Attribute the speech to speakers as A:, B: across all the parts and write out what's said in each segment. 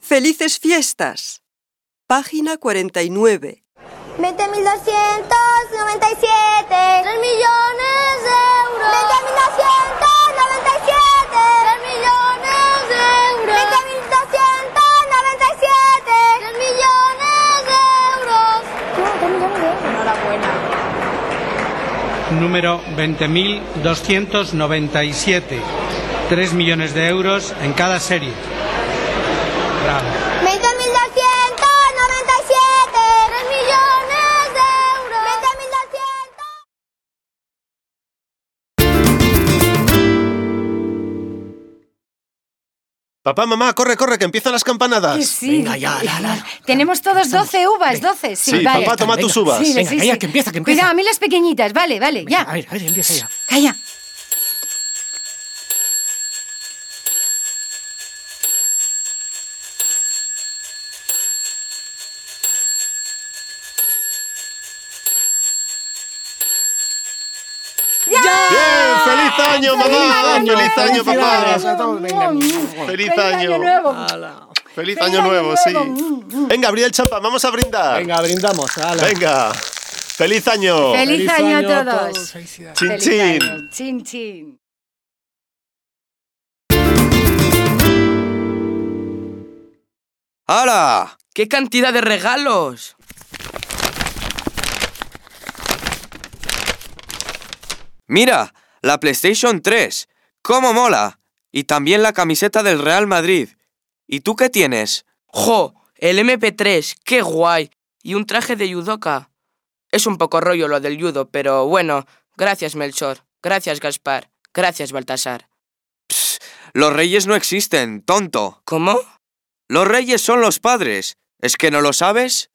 A: ¡Felices fiestas! Página 49.
B: 20.297 3 millones de euros 20.297 3 millones de euros 20.297 3 millones de euros Enhorabuena
C: número 20.297. 3 millones de euros en cada serie. Bravo.
B: 20.297 3 millones de euros 20.200
D: Papá, mamá, corre, corre, que empiezan las campanadas.
E: Que sí. Eh,
F: Venga, ya, la, la, la.
E: Tenemos todos 12 uvas, 12. Sí,
D: Sí,
E: vale.
D: papá, toma
F: venga.
D: tus uvas.
E: Sí,
F: Venga,
E: sí,
F: calla,
E: sí.
F: que empieza, que empieza.
E: Cuidado, a mí las pequeñitas, vale, vale,
F: Venga,
E: ya.
F: A ver, a ver, empieza ya.
E: Calla.
D: ¡Bien! ¡Feliz año, mamá!
E: año!
D: ¡Feliz año, papá!
F: Felicidades a todos, venga.
D: ¡Feliz
E: ¡Feliz año
D: año!
E: nuevo!
F: Ala.
D: ¡Feliz año nuevo, sí! Venga, abrí el champán, vamos a brindar.
F: Venga, brindamos. ala.
D: Venga. ¡Feliz año!
E: Feliz año a todos.
F: Felicidades.
D: ¡Chin,
E: Feliz
D: chin!
E: año. Chin, chin.
G: ¡Hala! ¡Qué cantidad de regalos! Mira, la PlayStation 3. ¡Cómo mola! Y también la camiseta del Real Madrid. ¿Y tú qué tienes?
H: ¡Jo! El MP3, qué guay. Y un traje de judoka. Es un poco rollo lo del judo, pero bueno, gracias Melchor, gracias Gaspar, gracias Baltasar.
G: Los reyes no existen, tonto.
H: ¿Cómo?
G: Los reyes son los padres. ¿Es que no lo sabes?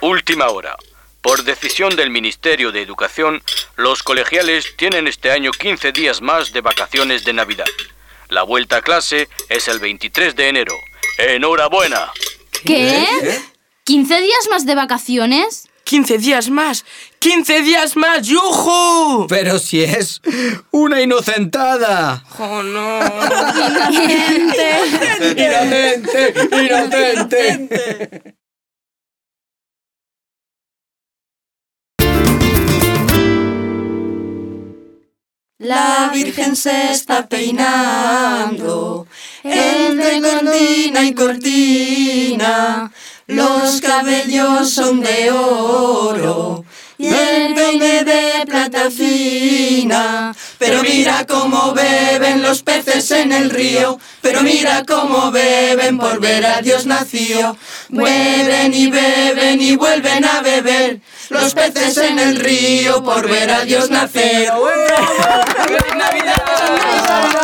I: Última hora. Por decisión del Ministerio de Educación, los colegiales tienen este año 15 días más de vacaciones de Navidad. La vuelta a clase es el 23 de enero. ¡Enhorabuena!
J: ¿Qué? ¿15 días más de vacaciones?
H: ¡15 días más! ¡15 días más! ¡Yuju!
K: Pero si es una inocentada.
H: ¡Jo, no!
K: Inocente, inocente.
J: La Virgen se está peinando entre cortina y cortina. Los cabellos son de oro y el peine de plata fina. Pero mira cómo beben los peces en el río. Pero mira cómo beben por ver a Dios nació. Beben y beben y vuelven a beber. Los peces en el río por ver a Dios nacer.
H: ¡Feliz Navidad!